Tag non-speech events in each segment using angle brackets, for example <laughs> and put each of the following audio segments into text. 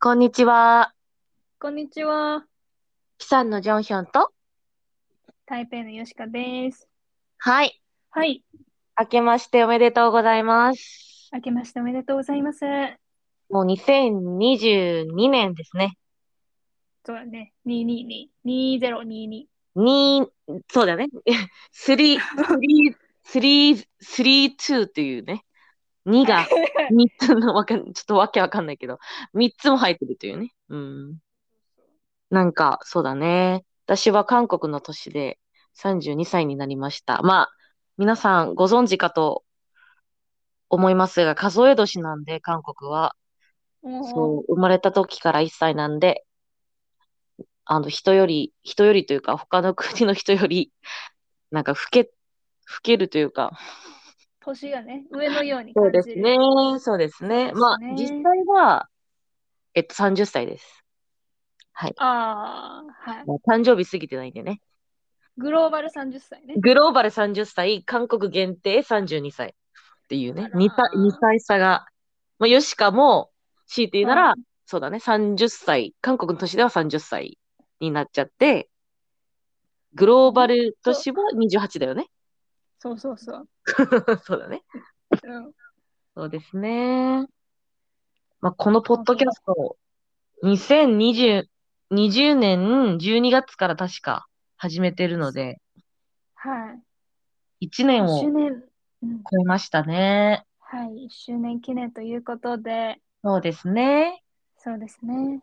こんにちは。こんにちは。キさんのジョンヒョンと。台北のよしかです。はい。はい。明けましておめでとうございます。明けましておめでとうございます。もう2022年ですね。そうだね。222。2022。に、そうだね。 <laughs> スリー、スリー、スリー、スリー、ツーっていうね。2が <laughs> <laughs> 3つのわかん、ちょっとわけわかんないけど、3つも入ってるというね。うん。なんか、そうだね。私は韓国の年で32歳になりました。まあ、皆さんご存知かと思いますが、数え年なんで、韓国は。おそーう、生まれた時から1歳なんで、あの、人より、人よりというか、他の国の人より、なんか、老け、老けるというか、年がね、上のようにそ感うでじする。ね。そうですね。まあ、そうですね実際は、えっと、30歳です。ああ、はい。まあ誕生日過ぎてないんでね。グローバル30歳ね。グローバル30歳、韓国限定32歳っていうあね、らー2歳、二歳差が。まあ、ヨシカも、強いて言うなら、うそうだね、30歳、韓国の年では30歳になっちゃって、グローバル年は28だよね。 <laughs> そうそうそう。そうだね。うん、そうですね。まあ、このポッドキャスト、2020、20年12月から確か始めてるので、はい。 1年1周を年、うん。超えましたね。はい。1周年記念ということで、そうですね。そうですね。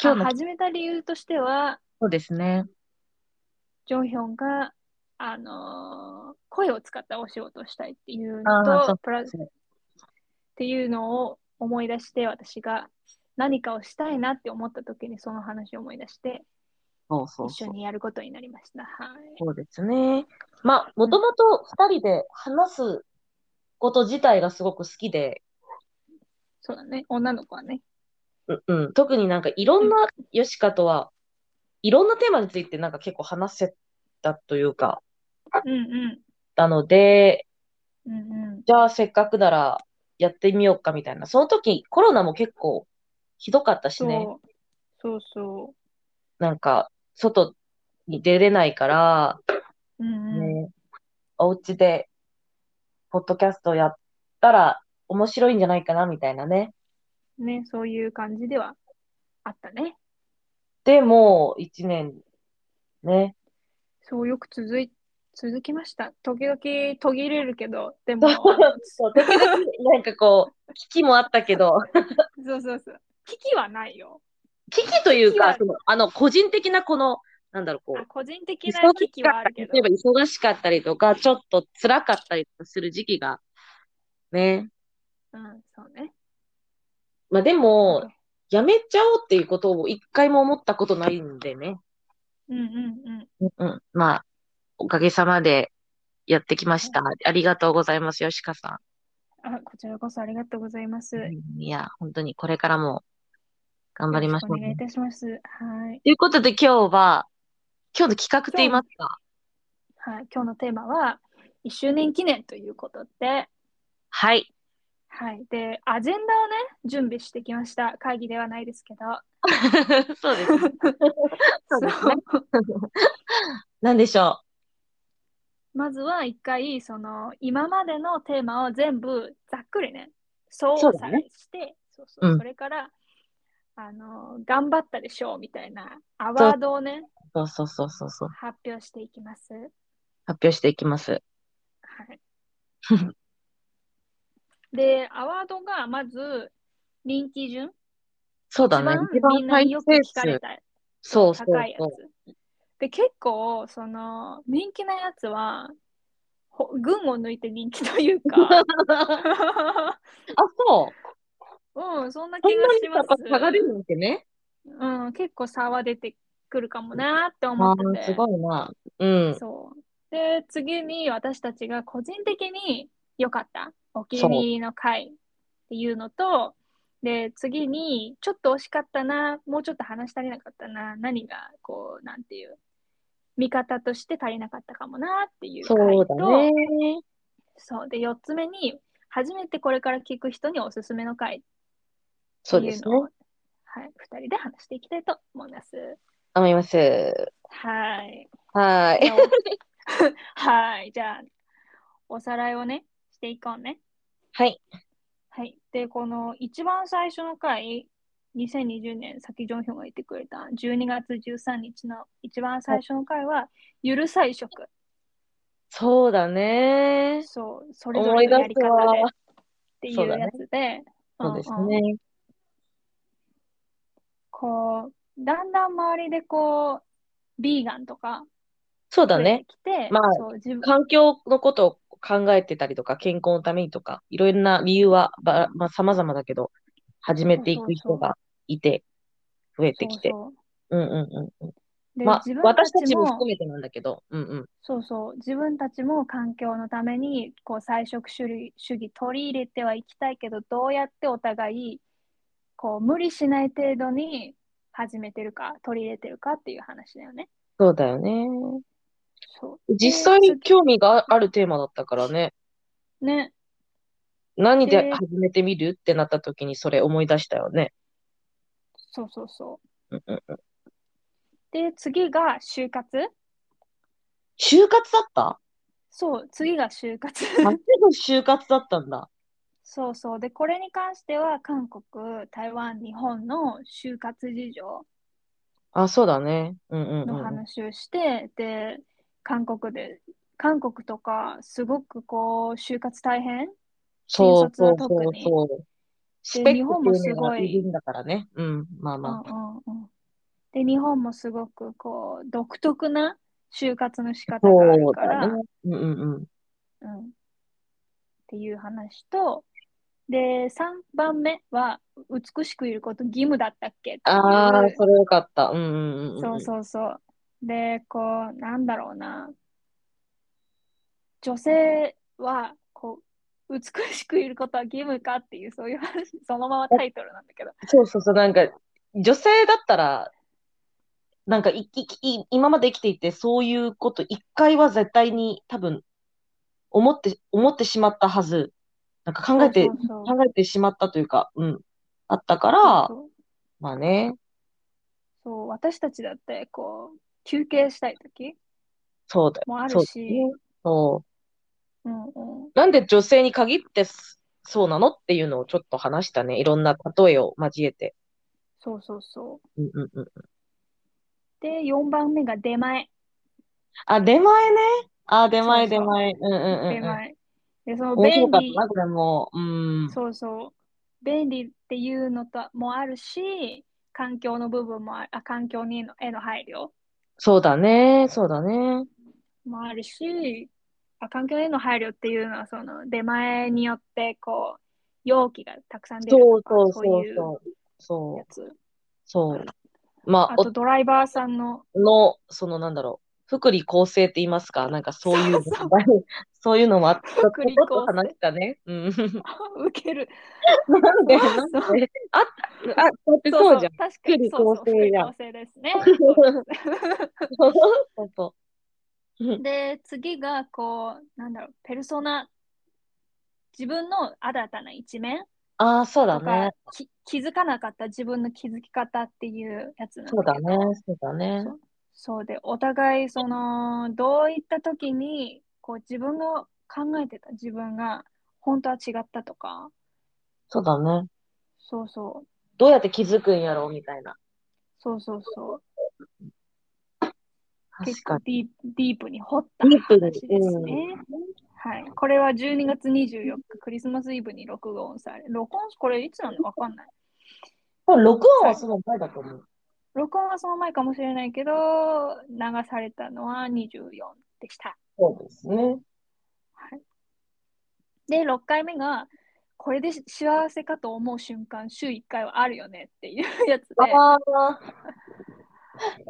今日あの始めた理由としては、そうですね。ジョンヒョンが、あのー声を使ったお仕事をしたいっていうあーのそうと、プラっそうていうのを思い出して、私が何かをしたいなって思った時にその話を思い出して、そうそうそ一緒う。にやることになりました。はい。そうですね。まあ、もともと2人で話すこと自体がすごく好きで、そうだね。女の子はね。うんうん、特になんかいろんな、ヨシカとは、いろんなテーマについてなんか結構話せたというか、うんうなので、ん。うんうん。じゃあせっかくならやってみようかみたいな。その時コロナも結構ひどかったしそう。ね。そうそなんか、外に出れないから、う。うんうん。ね、お家で、ポッドキャストやったら面白いんじゃないかな、みたいなね。ね、そういう感じではあったね。で、もう一年、ね。そう、よく続い、続きました。時々途切れるけど、でも、そうあのそう時々なんかこう、 <laughs> 危機もあったけど、そうそうそう。危機はないよ。危機というか危、機その、あの、個人的なこの、なんだろう、こあう、個人的な忙危し機かっはあたるり、け例ど。えば忙しかったりとか、ちょっと辛かったりする時期が、ね。うん、そうね。まあでも、やめちゃおうっていうことを一回も思ったことないんでね。うんうんうん、まあ、おかげさまでやってきました。ありがとうございます、よしかさうん。あ、こちらこそありがとうございます。ん。いや、本当にこれからも頑張りましょようろくお願いね。いたします。はい。ということで今日は、今日の企画と言いますか。はい。今日のテーマは、1周年記念ということで、はい。 <laughs> はい。で、アジェンダをね、準備してきました。会議ではないですけど。そう <laughs> です。そうですね。そう <laughs> なんでしょまずは一回、その、今までのテーマを全部ざっくりね、総そうださねらいして、そうそう、うんそれから、あの、頑張ったでしょうみたいなアワードをね、う。そうそうそうそうそう。発表していきます。発表していきます。 <laughs> はい。で、アワードがまず人気順、そうだ一ね番。一みん番な再によく聞か生れ数。たいそうそう高いやそう。つ。で、結構、その、人気なやつは、ほ群を抜いて人気という <laughs> か、あ、そう。うん、そんなそ気んがなにしやまっぱす。差が出るわけね。うん、結構差は出てくるかもなーってあ思あってー、て。すごいな。うん。そう。で、次に私たちが個人的に良かった、お気に入りの回っていうのと、で、次に、ちょっと惜しかったな、もうちょっと話し足りなかったな、何が、こう、なんていう、見方として足りなかったかもなっていう回そうだと、ね。そう。で、4つ目に、初めてこれから聞く人におすすめの回ってそういでうすねのを。はい、二人で話していきたいと思います。思います。 <laughs> はい。はでい。ははい、じゃあ、おさらいをね、していこうね。はい。はい。で、この一番最初の回、2020年、さっきジョンヒョンが言ってくれた12月13日の一番最初の回は、ゆる菜食。そうだね。そう、それぞ思いれ出のやりす方でわっ。ていうやつで、そうですんんね。こう、だんだん周りでこう、ビーガンとかそうだ増えねて。きて、まあそう、自分、環境のことを考えてたりとか、健康のためにとか、いろいろな理由はば、まあ、様々だけど、始めていく人がいて、増えてきて。そうそううんうんうんうん。で、まあ自、分私たちもも含、めてなんだけど、うんうん。そうそう、自分たちも環境のために、こう、菜食主義、主義取り入れてはいきたいけど、どうやってお互い、こう、無理しない程度に始めてるか、取り入れてるかっていう話だよね。そうだよね。そう。で実際に次興味があるテーマだったからね、ね、何でで始めてみるってなった時にそれ思い出したよね。そうそうそう。うんうんうん、で、次が就活就活だ <laughs> ったそう、次が就活。あっちが就活だったんだ。 <laughs> そうそう。で、これに関しては、韓国、台湾、日本の就活事情あ、そうだね。うんうんのうん。話をして、で、韓国で、韓国とか、すごくこう、就活大変そう新卒はそう特そうにそう。スペック日っ本もていすうのがごいいるんだからね。うん、まあうんまあ。うんうん。で、日本もすごくこう、独特な就活の仕方があそるうかだら、ね。うんうんうん。うん。っていう話と、で、3番目は、美しくいること義務だったっけってああいう、それよかった。うんうんうん。そううんそうそう。で、こう、なんだろうな。女性は、こう、美しくいることは義務かっていう、そういう話、 <laughs> そのままタイトルなんだけど。そうそうそう。なんか、女性だったら、なんかいいい今まで生きていて、そういうこと一回は絶対に多分、思って、思ってしまったはず。なんか考えてそ、うそうそう考えてしまったというか、うん、あったから、そうそうまあね、そう、私たちだって、こう、休憩したい時そうだよ。もあそうるだし、よねそう。うんうん。なんで女性に限ってすそうなのっていうのをちょっと話したね。いろんな例えを交えて。そうそうそう。うんうんうん。で、4番目が出前。あ、出前ね。あ、出前そうそう出前。うんうんうん出うん。前。で、その面白便かっ利た、な、これも。うん。そうそう。便利っていうのともあるし、環境の部分もあ、あ環境にのへの配慮そうだね。そうだね。もあるし、あ、環境への配慮っていうのは、その出前によって、こう、容器がたくさん出るそうとか、そうそそうういうそう。そやつ。う。そう。まああ、と、ドライバーさんの、 <laughs> 夫の、そのなんだろう。福利厚生って言いますかなんかそういう、そうそ <laughs> そういうのもあった。福利ちょ厚っと話生したね。 <laughs> うん。受ける。なんで、そうなんそうで、あ、あ、だってそそうそううじゃん。確か福に、利そうそう、厚生じゃん福利厚生です <laughs> ね。そうですねそうそで、次が、こう、なんだろう、ペルソナ、自分の新たな一面ああー、そうだとか、ね。き気づかなかった自分の気づき方っていうやつなんそうだだけねど、。そうだねそ。うそうで、お互い、その、どういった時に、こう、自分が考えてた自分が、本当は違ったとか、そうだね。そうそう、どうやって気づくんやろうみたいな。そうそうそう、確結か構に。ディープディープに掘ったディープに話ですね。はい。これは12月24日、クリスマスイブに録音され、録音、これいつなのかわかんない。多分録音はその前だと思う。録音はその前かもしれないけど、流されたのは24でした。そうですね。はい、で、6回目が、これで幸せかと思う瞬間、週1回はあるよねっていうやつで、ああ。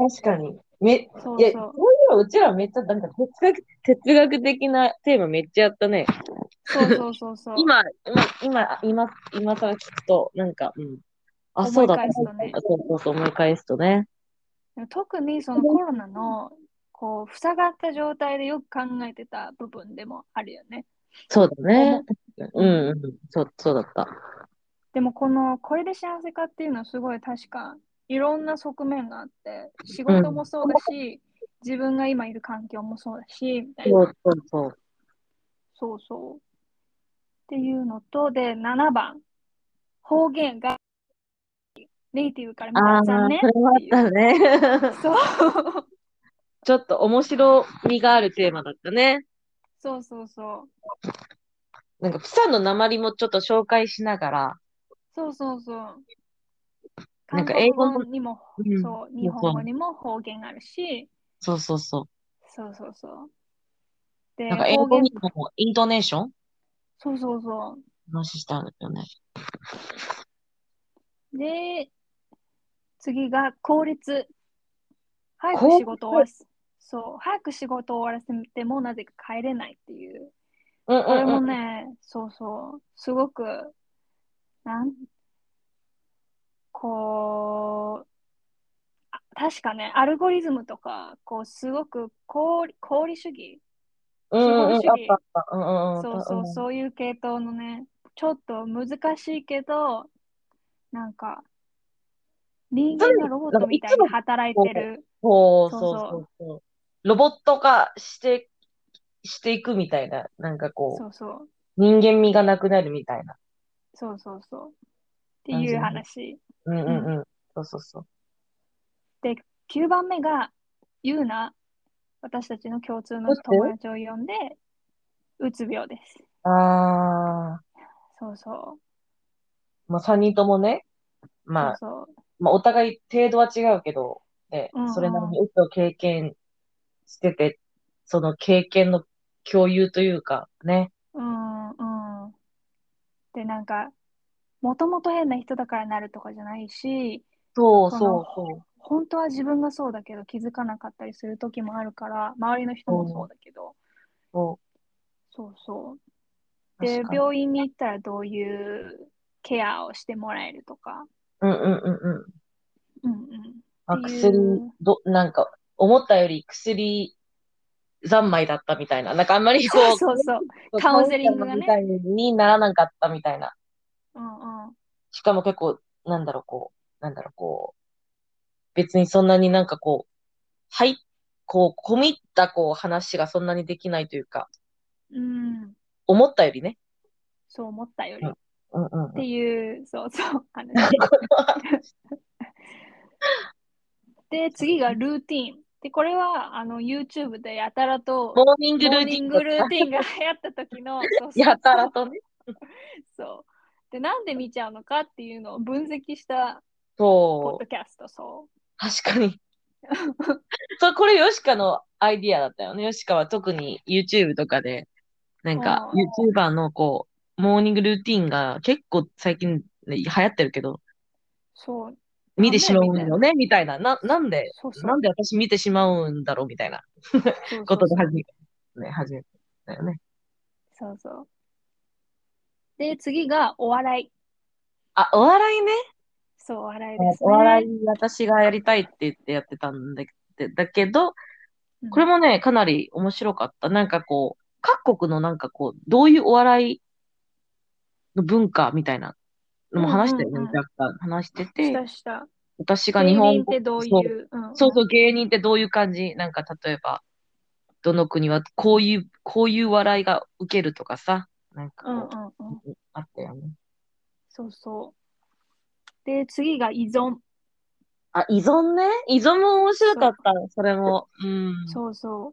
確かに。め、そういや、そそういうえばうちらめっちゃ、なんか哲学、哲学的なテーマめっちゃやったね。そうそうそうそう、今、今、今、今、今更聞くと、なんか、うん。あ、そうだ思い返すとねそうそうそう、思い返すとね。特にそのコロナの、こう、塞がった状態でよく考えてた部分でもあるよね。そうだね。うん思ううん。そう、そうだった。でもこの、これで幸せかっていうのはすごい確か、いろんな側面があって、仕事もそうだし、自分が今いる環境もそうだし、みたいな。そうそうそう。そうそう。っていうのと、で、7番、方言がネイティブから見たああー、らそ残念れもあったね。 <laughs> そう。ちょっと面白みがあるテーマだったね。そうそうそう。なんか、プサンの鉛もちょっと紹介しながら、そうそうそう。なんか韓国英語もにも、うんそう、日本語にも方言あるし、そうそうそそうそうそう。う。で、なんか、英方語言に、もイントネーションそうそうそ話したんだよね。う。で、次が効率。早効く率仕事終わらせ、そう、早く仕事終わらせてもなぜか帰れないっていう。うんこれうんもうん。ね、そうそう、すごく、なん、こう、あ確かね、アルゴリズムとか、こう、すごく功利功利主義、うんうんうん。あっ資本主義たあった。うんうんうん。そうそう、う。そういう系統のね、ちょっと難しいけど、なんか、人間がロボットみたいに働いてる。そうそそううそうそうそう。ロボット化して、していくみたいな。なんかこそうそう、う、人間味がなくなるみたいな。そうそうそう。っていう話。うんうんうん。そうそうそう。で、9番目が、ユうな、私たちの共通の友達を呼んで、うつ病です。あそうそー、まあ3人ともね、う。まあ、そうそう。まあお互い程度は違うけど、ねうんうん、それなりにうつを経験してて、その経験の共有というか、ね。うんうん。で、なんか、もともと変な人だからなるとかじゃないし、そうそそううそう。本当は自分がそうだけど気づかなかったりする時もあるから、周りの人もそうだけど、そそうそうう。で確、かに病院に行ったらどういうケアをしてもらえるとか、うんうんうんうん。うんうん。あ、っていう薬、ど、なんか、思ったより薬三昧だったみたいな。なんかあんまりこそうう、そうそう。こうカウンセリングがねみたいにならなかったみたいな。うんうん。しかも結構、なんだろう、こう、なんだろう、こう、別にそんなになんかこう、はい、こう、込み入ったこう話がそんなにできないというか、うん、思ったよりね。そう思ったよりうんっうんうんうん。ていう、そうそう、話。で、次がルーティン。で、これは、あの、YouTube でやたらと、モーニングルモーーテニィンングとルーティンが流行った時の、そうそうやたらとね。そう。で、なんで見ちゃうのかっていうのを分析したポッそドう。キャスト、そ確かに。 <laughs> そう、これ、ヨシカのアイディアだったよね。ヨシカは特に YouTube とかで、なんか、YouTuber のこう、モーニングルーティンが結構最近、ね、流行ってるけど、う。そう。見てしまうんよね、みたいな。な、なんで、そうそう。なんで私見てしまうんだろう、みたいなそうそうことで始め、ね、始めたよね。そうそう。で、次が、お笑い。あ、お笑いね。そう、お笑いです、ね。お笑い、私がやりたいって言ってやってたんだけだけど、うんこれもね、かなり面白かった。なんかこう、各国のなんかこう、どういうお笑いの文化みたいなのも話したよね、うんうんうん若干話して、してたした。私が芸日本人ってどういそうう、うん、そうそう、芸人ってどういう感じなんか例えば、どの国はこういう、こういう笑いが受けるとかさ、なんかうんうんこうんう、。あったよね。そうそう。で、次が依存。あ、依存ね。依存も面白かった、それも。うん。そうそ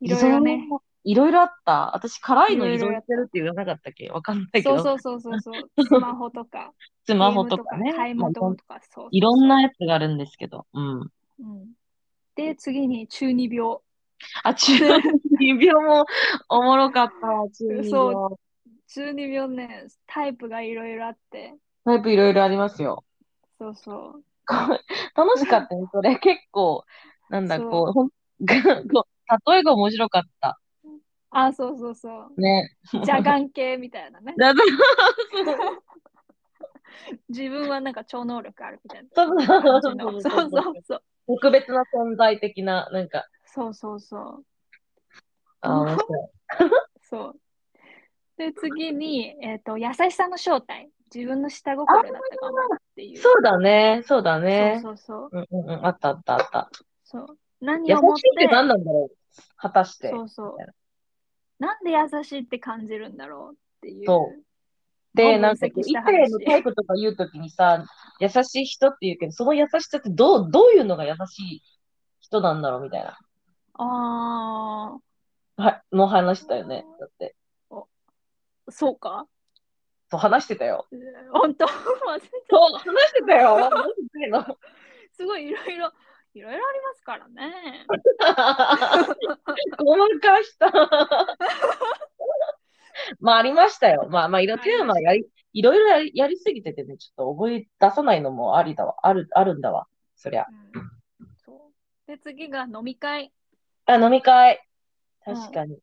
う。い依ろいろ存ね。もいろいろあった。私、辛いの依いろいろや存っしてるって言わなかったっけわかんないけそうど。そうそうそうそう。スマホとか、ススマホとかね。買いまあいろ物んとか、そうそうそういろんなやつがあるんですけど。うん。うん。で、次に中二病。あ、中二病もおもろかったわ、中二病。そ中二病ね、タイプがいろいろあって。タイプいろいろありますよ。そうそう。こう楽しかったね、そ <laughs> れ。結構、なんだ、そうこう、ほんこう例えが面白かった。あ、そうそうそう。ね。。邪眼系みたいなね <laughs> だだ自分はなんか超能力あるみたいな。そうそうそう感じのそうそうそう。特別な存在的な、なんか、そうそうそう。あ面白い。そう。で、次に、えっ、と、優しさの正体。自分の下心だったかもっていう。そうだね、そうだね。そうそううんうんうん、あったあったあった。そう。そう何優しをもっいってて、何なんだろう果たして。そうそうみたいな。なんで優しいって感じるんだろうっていう。そう本で、分なんか析こう、異した性のタイプとか言うときにさ、優しい人って言うけど、その優しさってどう、どういうのが優しい人なんだろうみたいな。あは、の話だよね。だって。あ、そうか。そう、話してたよ。えー本当 <laughs> 忘れちゃったそう、話してた <laughs> よ。何してんのすごいいろいろ、いろいろありますからね。ごまかした。 <laughs> まあ、ありましたよ。まあ、まあ、いろいろテーマやり、いろいろやりやりすぎててね、ちょっと覚え出さないのもありだわ。ある、あるんだわ。そりゃ。うんそうで、次が飲み会。あ、飲み会。確かに。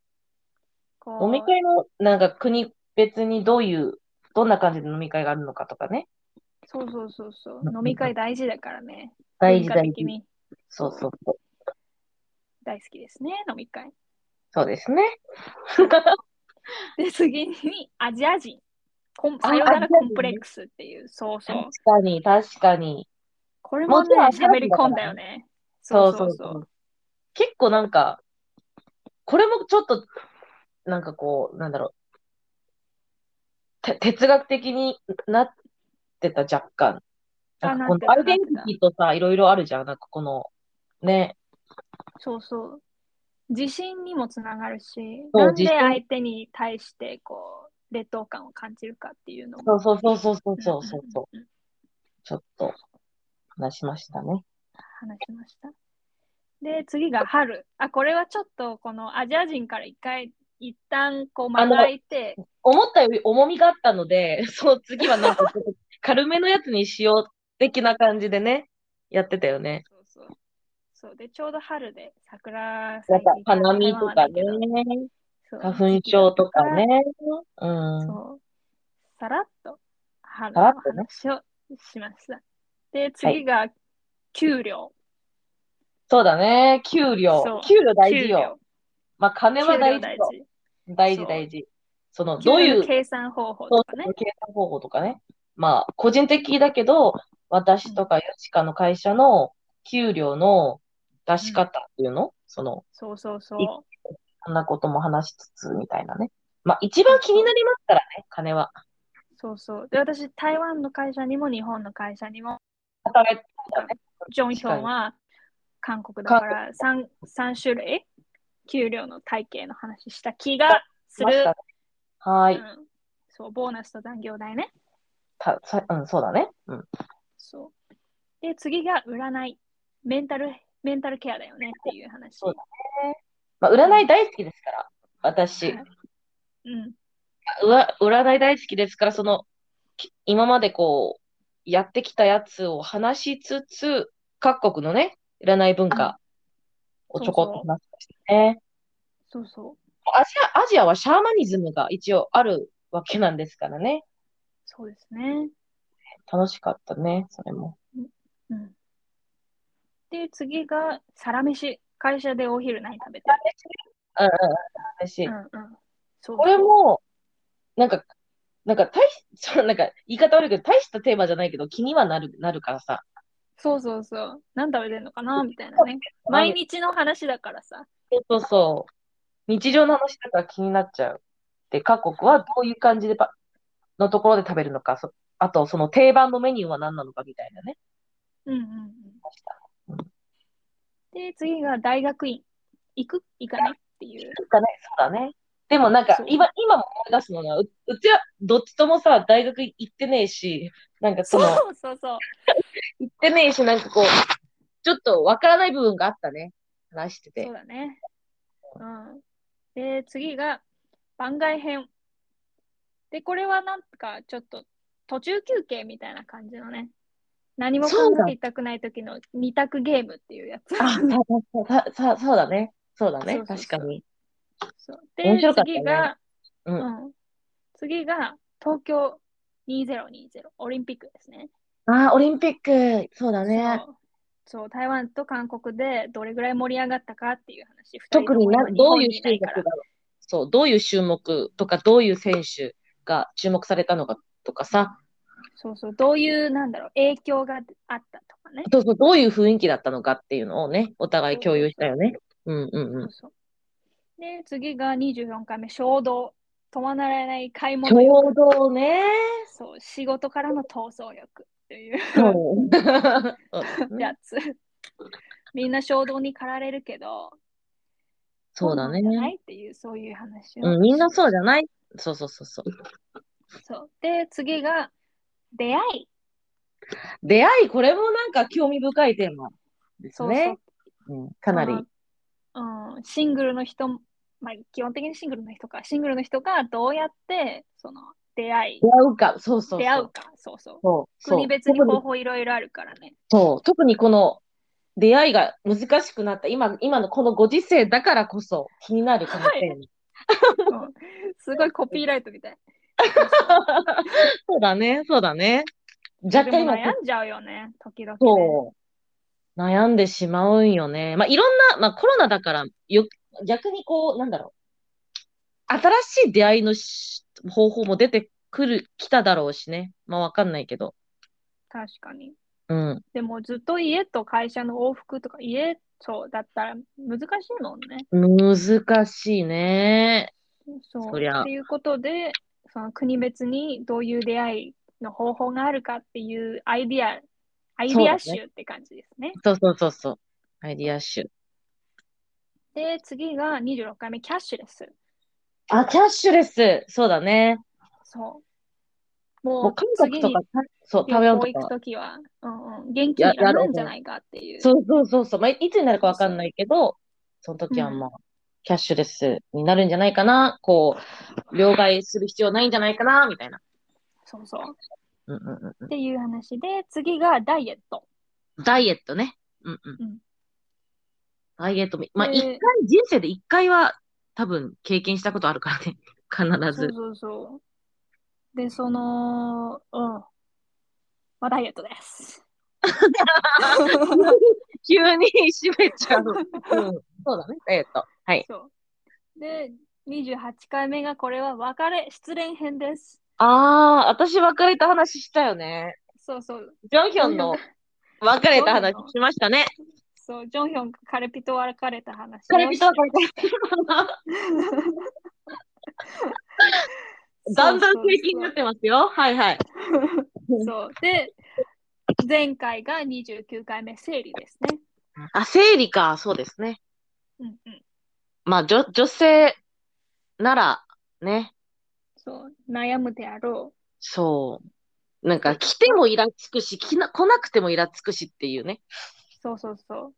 こう飲み会の、なんか国別にどういう、どんな感じで飲み会があるのかとかね。そうそうそうそう。飲み会大事だからね。大事文化大的事。にそうそうそう。大好きですね、飲み会。そうですね。で、次にアジア人。コンあさよならアジア人ねコンプレックスっていう、そうそう確。かに、確かに。これももちねろんア、ジア喋人りだから込んだよね。そうそうそう。結構なんか、これもちょっと、なんかこう、なんだろう。て哲学的になってた、若干。なんかこあなっのてたアイデンティティとさ、いろいろあるじゃん。なんかこの、ね。そうそう。自信にもつながるし、そうなんで自信相手に対してこう劣等感を感じるかっていうのも。そうそうそうそうそうそうそう。うんうんうんちょっと、話しましたね。話しました。で、次が春。あ、これはちょっとこのアジア人から一回、一旦こう間が空いて、思ったより重みがあったので、 <laughs> そう、次はなんかちょっと軽めのやつにしよう的な感じでね、やってたよね。そうそう。そうで、ちょうど春でな桜ん咲いかてい、た花見とかね台湾はだけど、そう花粉症とかね。。うん。そう。さらっと春さらのっとね話をしました。で、次が給料。そうだね。給料そう。給料大事給よ料。。まあ、金は給料大事大よ。事。大事、そう大事。その、給どうい料うの計算方法そうとかね。計算方法とかね。まあ、個人的だけど、私とかヨシカの会社の給料の出し方っていうの、その、そうそうそう。そんなことも話しつつみたいなね。まあ、一番気になりますからね、金は。そうそう。で、私、台湾の会社にも日本の会社にも、働いてたね。ジョンヒョンは韓国だから3、三種類、給料の体系の話した気がすましるた。ねはーい、うんそう、ボーナスと残業代ね。たさうん。そうだね。うん。そう。で、次が占い。メンタル、メンタルケアだよねっていう話。そうまあ、占い大好きですから、私。うん。うわ占い大好きですから、その、き今までこう、やってきたやつを話しつつ、各国のね、占い文化をちょこっと話しましたね。そうそう。アジア、アジアはシャーマニズムが一応あるわけなんですからね。そうですね。楽しかったね、それも。うん。で、次が、サラメシ。会社でお昼何食べてうんうんうん、私る。うんうん。そうそうこれも、なんか、なんか、大し、そう、なんか、言い方悪いけど、大したテーマじゃないけど、気にはなる、なるからさ。そうそうそう。何食べてんのかなみたいなね。毎日の話だからさ。そうそうそう。日常の話だから気になっちゃう。で、各国はどういう感じでばのところで食べるのか、そあと、その定番のメニューは何なのかみたいなね。うんうんうん。で、次が大学院。行く行かないっていう。なんかね、そうだね。でもなんかそう今、今も思い出すのが、ううちはどっちともさ、大学行ってねえし、なんかそそうの、そうそう。行ってねえし、なんかこう、ちょっとわからない部分があったね。話しててそう。だね。うん。で、次が番外編。で、これはなんかちょっと途中休憩みたいな感じのね。何も考そうだえていたくない時の二択ゲームっていうやつ。あ、さささそうだね。そうだね。そうそうそ確うかに。そうで、面白かったね次が、うんうん次が東京2020オリンピックですね。あー、オリンピック。そうだね。そうそう台湾と韓国でどれぐらい盛り上がったかっていう話。特にな二人とどもう今いう日本に種いない目からが、そう、どういう種目とか、どういう選手が注目されたのかとかさ、そうそう、どういう、なんだろう、影響があったとかね。そうそう、どういう雰囲気だったのかっていうのをね、お互い共有したよね。うんうんそううそう。で、次が24回目、衝動。止まらない買いん。物欲。衝動ね。そう、仕事からの逃走力っていう <laughs> そう。やつ。みんな衝動に駆られるけど、そうだねそうなんじゃないっていう、そういう話を。うん、みんなそうじゃないそうそうそうそう。そう。で、次が、出会い。出会い、これもなんか興味深いテーマですそうそう。ね。うん、かなり。うんうん、シングルの人、まあ、基本的にシングルの人か、シングルの人がどうやって、その、出会い出、会うか、そうそうそう。出会うか、そうそう。そうそう国別に特に方法いろいろあるからね。そう特にこの出会いが難しくなった今今のこのご時世だからこそ気になるこのテーマ。うんすごいコピーライトみたい。 <laughs> そうだね、そうだね。で若も干今、悩んじゃうよね、時々、ね。そう、悩んでしまうんよね。まあ、いろんな、まあ、コロナだからよ、逆にこう、なんだろう。新しい出会いのし方法も出てくる、きただろうしね。まあ、わかんないけど。確かに。うん。でもずっと家と会社の往復とか、家そうだったら難しいもんね。難しいね。そう。そりゃっていうことで、その国別にどういう出会いの方法があるかっていうアイディア、アイディア集って感じですね。そうそうそうそう。アイディア集。で、次が26回目、キャッシュレス。あ、キャッシュレス。そうだね。そう。ももうう韓国次とにか、そう、旅台湾と行行くか。ときは、うんうん、現金いやらやろなういんじゃないかっていう。そうそうそうそう。まあ、いつになるかわかんないけど、その時はまあ、キャッシュレスになるんじゃないかな。こう、両替する必要ないんじゃないかな、みたいな。そうそう。うんうんうんうっていう話で、次がダイエット。ん。ダイエットね。うんうん。うんダイエットも、まあ、で一回、人生で一回は多分経験したことあるからね。必そず。うそうそう。で、その、うん。まあ、ダイエットです。急に <laughs> 締めちゃう。うん、そうだね、ダイエット。はい。そうで、28回目がこれは別れ、失恋編です。ああ、私別れた話したよね。そうそう。ジョンヒョンの別れた話しましたね。そう、ジョンヒョンがカレピと別れた話をし。カレピと別れた。 <laughs> だんだんそうそうそう最近になってますよ。はいはい。そう。で、前回が29回目、生理ですね。あ、生理か。そうですね。うんうん。まあ、女女性なら、ね、そう、悩むであろそう。なんか、来てもイラつくし、来な来なくてもイラつくしっていうね。う。そうそうそ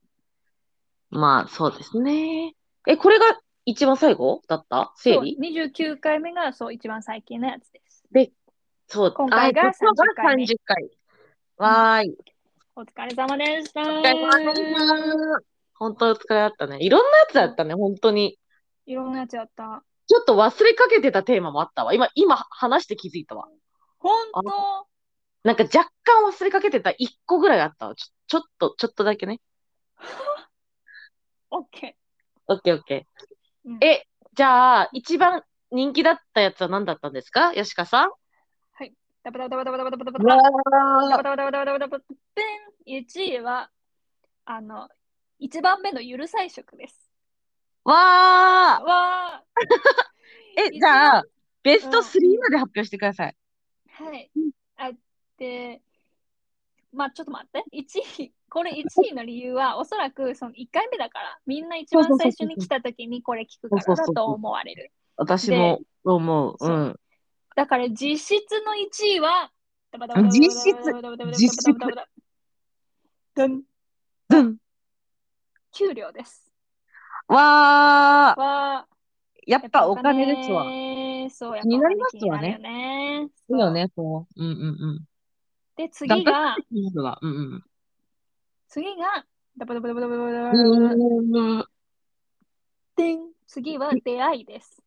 う。まあ、そうですね。え、これが一番最後だった生理そう ?29 回目がそう、一番最近のやつです。そう。今回があここ30回目30回。わーい。お疲れ様でした。お疲れ様でした。本当お疲れだったね。いろんなやつだったね、本当に。いろんなやつやった。ちょっと忘れかけてたテーマもあったわ。今、今話して気づいたわ。本あなんか若干忘れかけてた1個ぐらいあったわ。ちょちょっと、ちょっとだけね。当 ?OK。オッケーオッケうんー。え、じゃあ、一番人気だったやつは何だったんですかよしかさん。ダバダバダバダバダバダバダバダわバダバダバダバダバダバダペン !1 位は、あの、1番目のゆる菜食です。ーわあえ、じゃあ、ベストう3んまで発表してください。はい。あって、まあちょっと待って。1位、これ1位の理由は、おそらくその1回目だから、みんな一番そうそ最うそうそ初うに来た時にこれ聞くからだと思われる。私も思う。うそん。だから実質の1位は、実質実質どんずん。給料です。わーわあやっぱお金ですわ。いね。そう、やっ気になりますわねぱお金気になるよね。いよね、そう。うんうんうん。で、次いが、いのはうんうん。次が、ダバダバダバダバダバダバダうでん次は出会いです。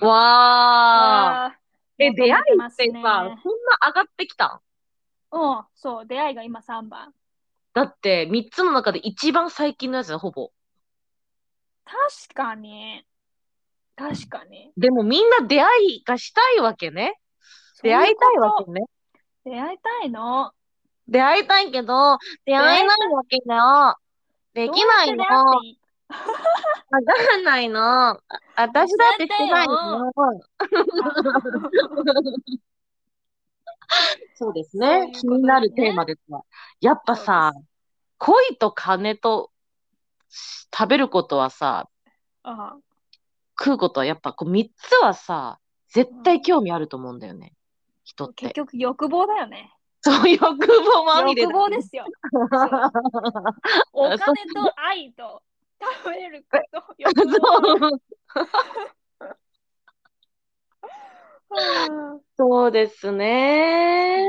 ーんわー。わあえ、出会いまっすねてさ、そんな上がってきたんうん、そう、出会いが今3番。だって、3つの中で一番最近のやつだ、ほぼ。確かに。確かに。でもみんな出会いがしたいわけね。出会いたいわけね。そう出会いたいの。出会いたいけど、出会えないわけだよ。できないの。どうやっわて出会っていいかんないの。あ私だってしてないの。 <laughs> そうですそういうねこ。と気になるテーマですが。やっぱさ、恋と金とし食べることはさ、あああ食うことはやっぱこう3つはさ、絶対興味あると思うんだよね。人っ結て。局欲望だよね。そう、欲望まみれ欲だ望ですよ。お金と愛と食べること欲望。 <laughs> そううんそうですね。ね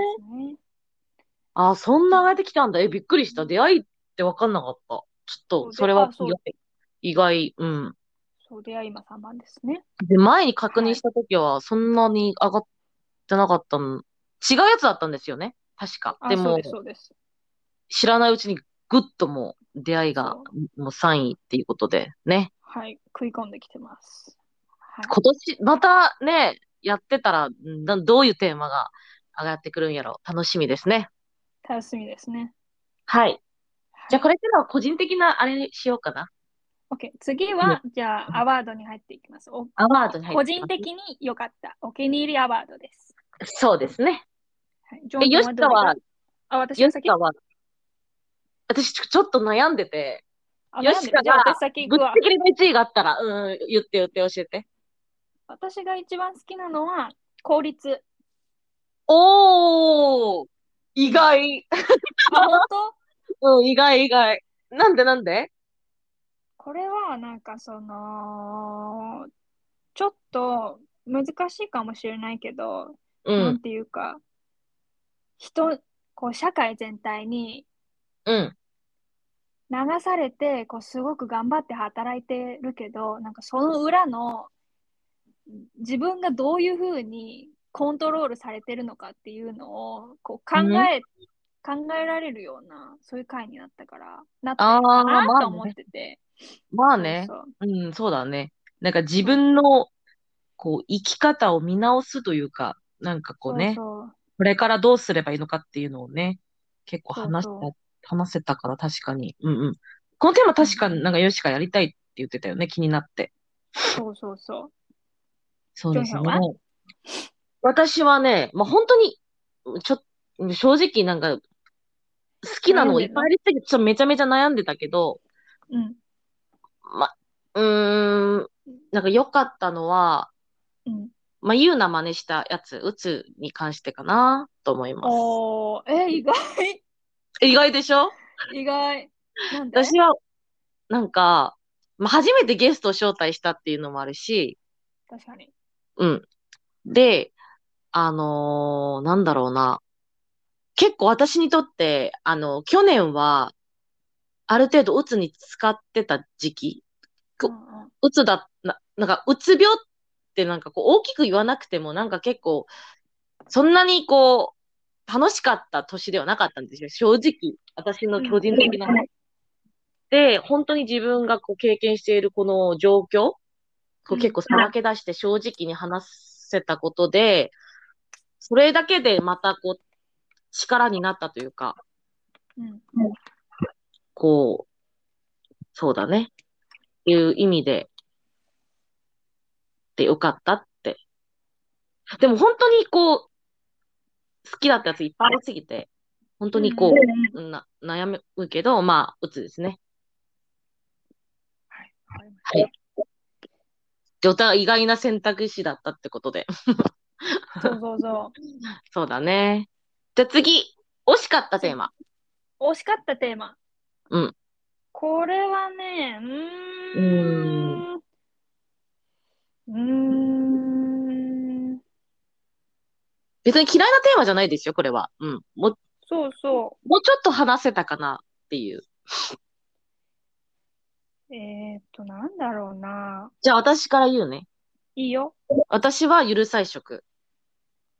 あ、そんな上がってきたんだ。え、びっくりした。出会いって分かんなかった。ちょっと、それはそう意で外、意外、うん。そう出会い今3番ですね。で、前に確認したときは、そんなに上がってなかったの。違うやつだったんですよね。確か。あでそうもで、すそうです。知らないうちにぐっともう出会いがそもう3位っていうことで、ね。はい、食い込んできてます。はい、今年、またね、やってたら、などういうテーマが上がってくるんやろ。楽しみですね。楽しみですね。はい。じゃあ、これ。れからは個人的なあれにしようかな。 OK、次は、じゃあ、アワードに入っていきます。おアワードに入個って人ます的に良かった、お気に入りアワードです。そうですね。はい、ジョえ、ンヨシ君カはどれだ、あ、私ヨがシ先カは、私ちょちょっと悩んでて、あヨ悩んシでカがるじゃあ私先ぶ行っくわち。ぎりの1位があったら、うん、言って言って教えて。私が一番好きなのは、効率。おー意外あ、本当うん、意外意外。なんでなんでこれはなんかそのちょっと難しいかもしれないけど、うなんん、ていうか人こう社会全体にうん。流されてこうすごく頑張って働いてるけどなんかその裏の自分がどういうふうにコントロールされてるのかっていうのをこう考え、考えられるようなそういう回になったからなってあーるかまあなねと思ってて。まあね、そうそううん、そうだね。なんか自分の、こう、生き方を見直すというか、なんかこうね、そうそうこれからどうすればいいのかっていうのをね、結構そう話した、そう話せたから確かに。うんうん。このテーマ確かになんかヨシカやりたいって言ってたよね、気になって。そうそうそうそうですねジョンさん。私はね、まあ、本当に、ちょっ正直なんか、好きなのをいっぱいありすぎて、ちょっとめちゃめちゃ悩んでたけど、うん。うーん、なんか良かったのは、うん、まあ、ユうな真似したやつ、うつに関してかな、と思います。おー、え、意外、意外でしょ意外。なんで私は、なんか、まあ、初めてゲストを招待したっていうのもあるし、確かに。うん。で、あのーなんだろうな。結構私にとって、あの、去年は、ある程度、うつに使ってた時期。こうんうんうつだ、な、なんか、うつ病ってなんかこう、大きく言わなくても、なんか結構、そんなにこう、楽しかった年ではなかったんですよ。正直。私の個人的な。で、本当に自分がこう経験しているこの状況、こううん結構さらけ出して正直に話せたことで、それだけでまたこう、力になったというか、うん、こう、そうだね。いう意味で、でよかったって。でも本当にこう、好きだったやついっぱいありすぎて、本当にこう、な悩むけど、まあ、うつですね。はい、わかりまはいジョタは意外な選択肢だったってことで。 <laughs> した。そうそうそそうだね。じゃあ次、惜しかったテーマ。う。惜しかったテーマ。うん。これはね、うーん。うーん。別に嫌いなテーマじゃないですよ、これは。うん。もう、そうそもうちょっと話せたかなっていう。う。えー、っと、なんだろうな。じゃあ私から言うね。いいよ。私はゆる菜食。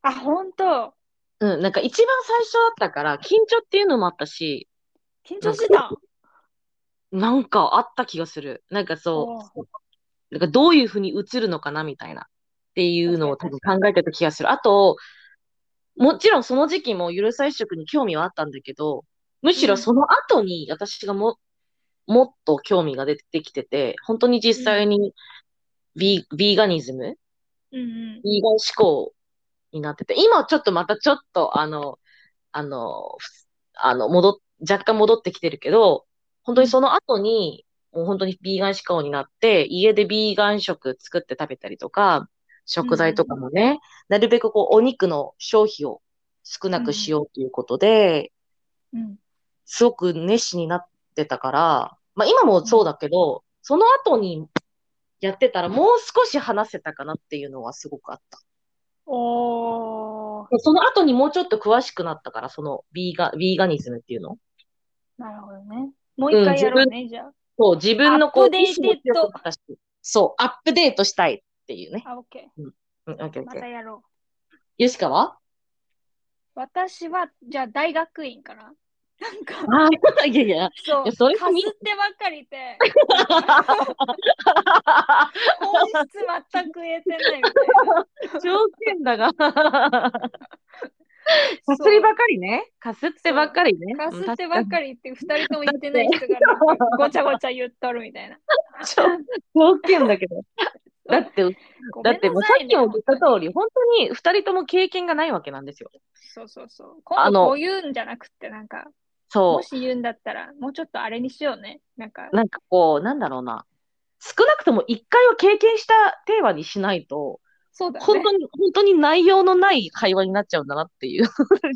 あ、ほんと。うん、なんか一番最初だったから、緊張っていうのもあったし、緊張してた。なんかあった気がする。なんかそう、なんかどういうふうに映るのかなみたいなっていうのを多分考えてた気がする。あと、もちろんその時期もゆる菜食に興味はあったんだけど、むしろその後に私がも、もっと興味が出てきてて、本当に実際にビ,、ビーガニズム、うんうん。ビーガン思考になってて、今ちょっとまたちょっとあの、あの、ふあの、戻っ、若干戻ってきてるけど、本当にその後に、もう本当にビーガン思考になって、家でビーガン食作って食べたりとか、食材とかもね、なるべくこうお肉の消費を少なくしようということで、うん。すごく熱心になってたから、まあ今もそうだけど、その後にやってたらもう少し話せたかなっていうのはすごくあった。おー、その後にもうちょっと詳しくなったから、そのビーガ、ビーガニズムっていうの。なるほどね。もう一回やろうね、じゃあ。そう、自分のこアッう、プデート意志も強くなったし、そう、アップデートしたいっていうね。あ、オッケうん、オッケーオー。ッまケたー。やろよしかは <laughs> う。私は、じゃあ大学院かな。なんか、ああ、いやいや。そ、いうやそれかすってばっかりで、本質全く言えてないみたいな。 <laughs> 条件だが。かすりばかりね。かすってばっかりね。かすってばっかり。りって、二人とも言ってない人がなんかごちゃごちゃ言っとるみたいな。ちょ条件だけど。だって、ごだめんなさってもうさいねっきも言った通り、本当に二人とも経験がないわけなんですよ。そうそうそう。あ今の度こう言うんじゃなくって、なんか、そもし言うんだったら、もうちょっとあれにしようね。なんかう。、なんかこう、なんだろうな。少なくとも一回は経験したテーマにしないと、そうだ本ね当。に、本当に内容のない会話になっちゃうんだなって <laughs> いう、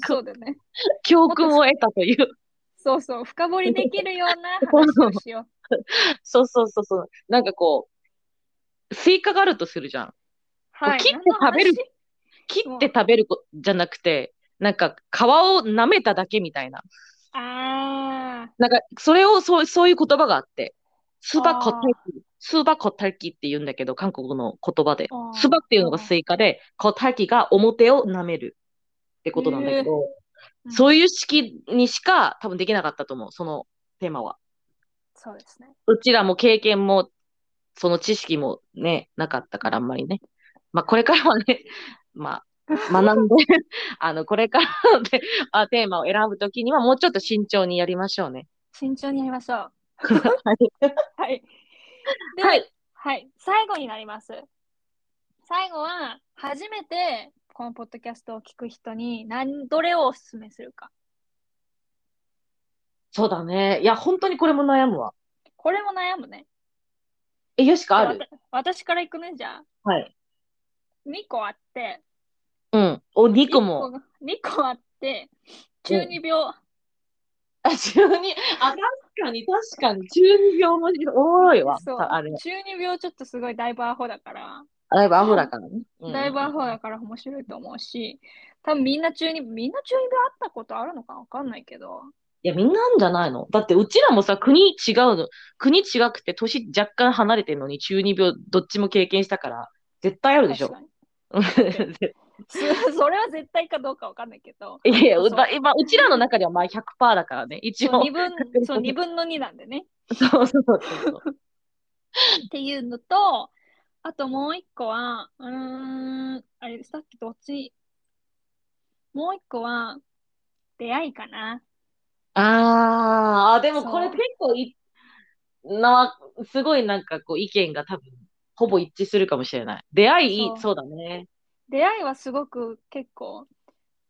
そうだね。教訓を得たという。そうそう。深掘りできるような話をしよう。そうそうそうそう。なんかこう、スイカがあるとするじゃん。はい。切って食べる何の話切って食べるこじゃなくて、なんか皮を舐めただけみたいな。あなんか、それをそう、そういう言葉があって、スーパーコッタあキ、スーパーコッタキって言うんだけど、韓国の言葉であ。ースーパーっていうのがスイカで、コッタキが表を舐めるってことなんだけど、ーそういう式にしか多分できなかったと思う、そのテーマは。あ。そうですね。うちらも経験も、その知識もね、なかったからあんまりね。まあ、これからはね、 <laughs> まあ、学んで、 <laughs> あの、これから <laughs> のテあテーマを選ぶときには、もうちょっと慎重にやりましょうね。慎重にやりましょう。はい。はい。 <laughs> で、はい。はい、最後になります。最後は、初めてこのポッドキャストを聞く人に何、どれをおすすめするか。そうだね。いや、本当にこれも悩むわ。これも悩むね。え、よしかあるわた私から行くね、じゃあ。はい。 2個あって、うん。お、2個も。 2個あって、中二病。あ、中二。あ、確かに、確かに。中二病もおもろいわ。そうああれ。中二病ちょっとすごいだいぶアホだから、だいぶアホだからね。だいぶアホだ。だから面白いと思うし、多分みんな中二、みんな中二病あったことあるのかわかんないけど、いや、みんなあんじゃないのだって、うちらもさ、国違うの。国違くて、年若干離れてるのに、中二病、どっちも経験したから、絶対あるでしょ確か。にう <laughs> んすそれは絶対かどうかわかんないけど、い <laughs> やいや、そううま今うちらの中ではまあ100%だからね、一そう応2。分 <laughs> 確認そう2分の2なんでね。そうそうそうそう。っていうのと、あともう1個は、うーん、あれ、さっきどっちもう1個は、出会いかな。あーあ、でもそうこれ結構い、な、すごいなんかこう意見が多分、ほぼ一致するかもしれない。出会い、そうそうだね。出会いはすごく結構、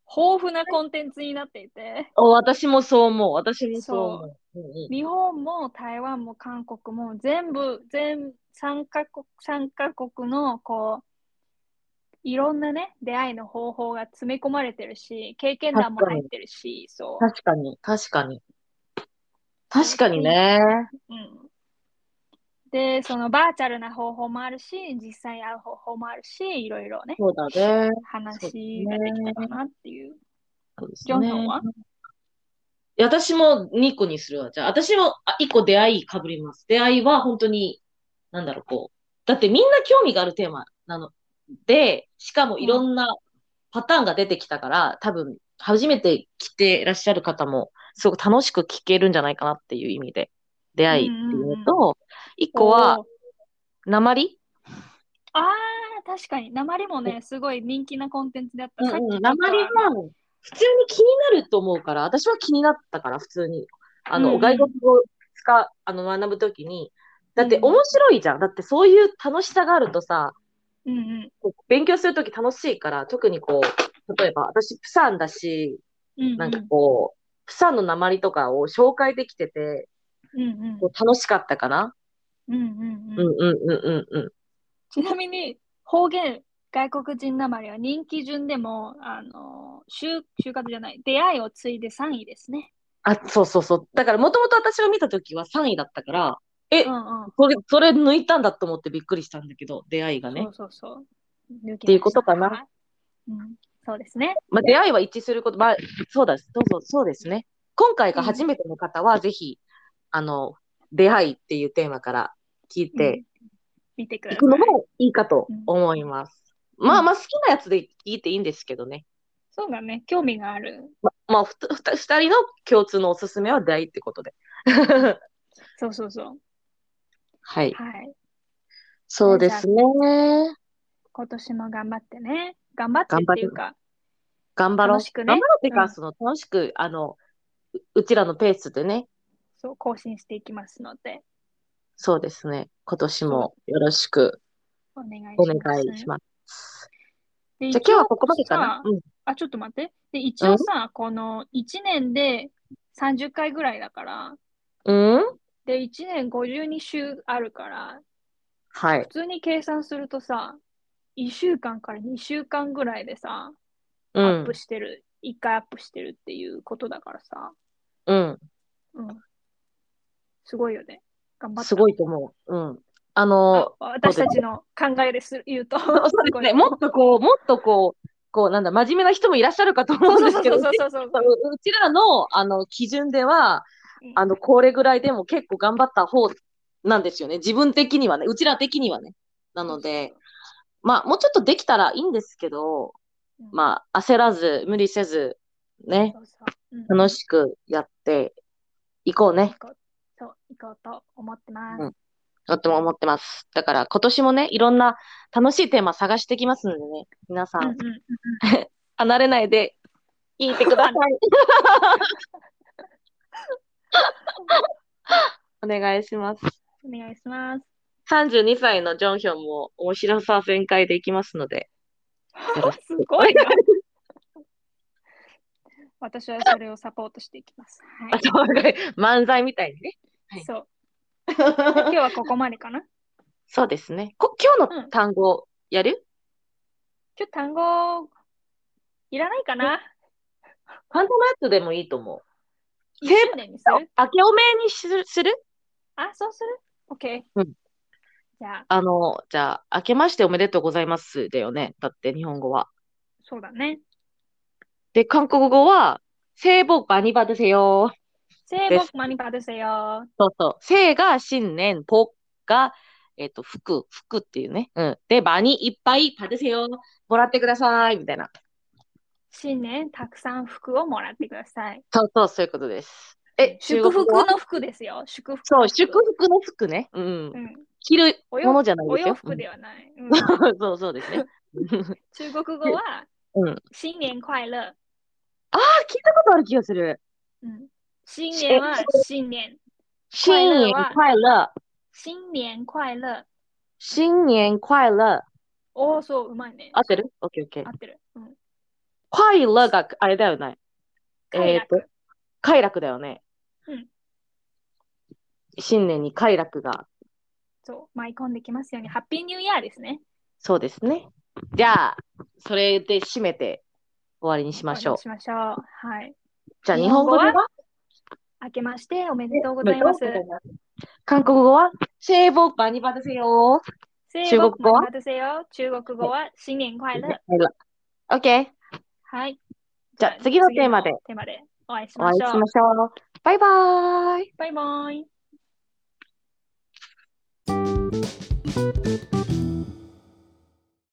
豊富なコンテンツになっていて、お、私もそう思う。私もそう思う。うんうん日本も台湾も韓国も全部、全3カ国、三カ国のこう、いろんなね、出会いの方法が詰め込まれてるし、経験談も入ってるし、そう。確かに、確かに。確かにね。うんで、そのバーチャルな方法もあるし、実際会う方法もあるし、いろいろね、そうだね。そうです話ねができたかなっていう。そうですジョンソねンはいや私も2個にするわ。じゃあ、私もあ1個出会いかぶります。出会いは本当に、なんだろう、こう。だってみんな興味があるテーマなので、しかもいろんなパターンが出てきたから、多分、初めて来てらっしゃる方も、すごく楽しく聞けるんじゃないかなっていう意味で、出会いっていうのと、1個は、おー鉛ああ、確かに、鉛もね、すごい人気なコンテンツだった。さっきうちん、ょっと鉛は普通に気になると思うから、私は気になったから、普通に。あの、うんうん外国語を使あの学ぶときに。だってうん面白いじゃん。だってそういう楽しさがあるとさ、うんうんこう勉強するとき楽しいから、特にこう、例えば私、プサンだし、うんうん。なんかこう、プサンの鉛とかを紹介できてて、うんうんこう楽しかったかな。うんうんううんうんんうんうんうん。ちなみに、方言、外国人鉛は人気順でも、あの、就就活じゃない、出会いを継いで3位ですね。あ、そうそうそう。だからもともと私が見たときは3位だったから、えう、んうん。それ、それ抜いたんだと思ってびっくりしたんだけど、出会いがねそ。うそうそう。抜けましたっていうことかなはいうん、そうですね。まあ、出会いは一致すること、まあ、そうだ、そうそう、そうですね。今回が初めての方は、ぜひ、あの、出会いっていうテーマから聞いうんて見てくだいさくのい。もいいかと思います。まあまあ、好きなやつで聞いていいんですけどね。そうだね、興味がある。ままあ、ふたふた二人の共通のおすすめは出会いってことで。 <laughs> そうそうそう。はい。はい。そうですね。今年も頑張ってね。頑張ってっていうか、頑張ろう。楽しくね頑張ろうっていうか、うんその、楽しく、あの、ううちらのペースでね、そう、更新していきますので、そうですね。今年もよろしくお願いしおます。願いします。でじゃあ今日はここまでかな一応。さうん、あ、ちょっと待って。で、一応さ、この1年で30回ぐらいだから、うんで、1年52週あるから、はい普。通に計算するとさ、1週間から2週間ぐらいでさ、うアッんプ。してる、1回アップしてるっていうことだからさ、うん。うん。すごいよね。頑張った。すごいと思う。うん。あの、あ私たちの考えです言うと、すそうですね。もっとこう、もっとこう、こう、なんだ、真面目な人もいらっしゃるかと思うんそですうそうけど、そううちそううそう <laughs> そう。ちらの、あの、基準ではうん、あの、これぐらいでも結構頑張った方なんですよね。自分的にはね。うちら的にはね。なので、まあ、もうちょっとできたらいいんですけど、うん、まあ、焦らず、無理せず、ね、そうそううん楽しくやっていこうね。行こうそう、行こうと思ってます。うんとっても思ってます。だから今年もね、いろんな楽しいテーマ探してきますのでね、皆さうんんうんうん離れないで聞いてください。 <laughs> お願いします。お願いします。 32歳のジョンヒョンも面白さ全開でいきますの <laughs> で、よろしすご <laughs> いな。私はそれをサポートしていきます。はく漫才みたいに <laughs> ね。はいい。そう。今今日日はここまでかな。そうですね。こ今日の単語やる、今日単語いらないかな。簡単なやつでもいいと思う。一周年にする。明けおめにするするあ、そうする。オッケうーん。じゃあ、あの、じゃあ、明けましておめでとうございますだよね。だって日本語は。そうだね。で、韓国語は、聖母バニバ드세요。聖母マニパルセよ。そうそう。聖が新年、ポが、えっ、と、服、服っていうね。うん。で、バニいっぱい받으세요。もらってください。みたいな。新年たくさん服をもらってください。そうそう、そういうことです。え、祝中国福語はの服ですよ。祝福。そう、祝。福の服ね。うん。うん。着るおも洋のじゃないおです洋よ。服ではない。うんうん <laughs> そうそうですね。あ、中国語はうん、新年快乐。聞いたことある気がする。うん新年は新年。新年快乐。新年快乐。新年快乐。おお、そう、うまいね。合ってるオッケーオッケー合。ってる。うん。快楽があれだよね。快えー楽。快楽だよね。うん新年に快楽が。そう、舞い込んできますように。ハッピーニューイヤーですね。そうですね。じゃあ、それで締めて終わりにしましょう。しましょう。はい。じゃあ、日日本語本語ではは明けましておめでとうございます。韓国語は聖母バニバですよ。中国語は中国語は新年快樂。オッケー。はい。じゃあ次のテーマで次のテーマでお会いしおま会いししょうま。しょう。バイバーイ。バイバイ。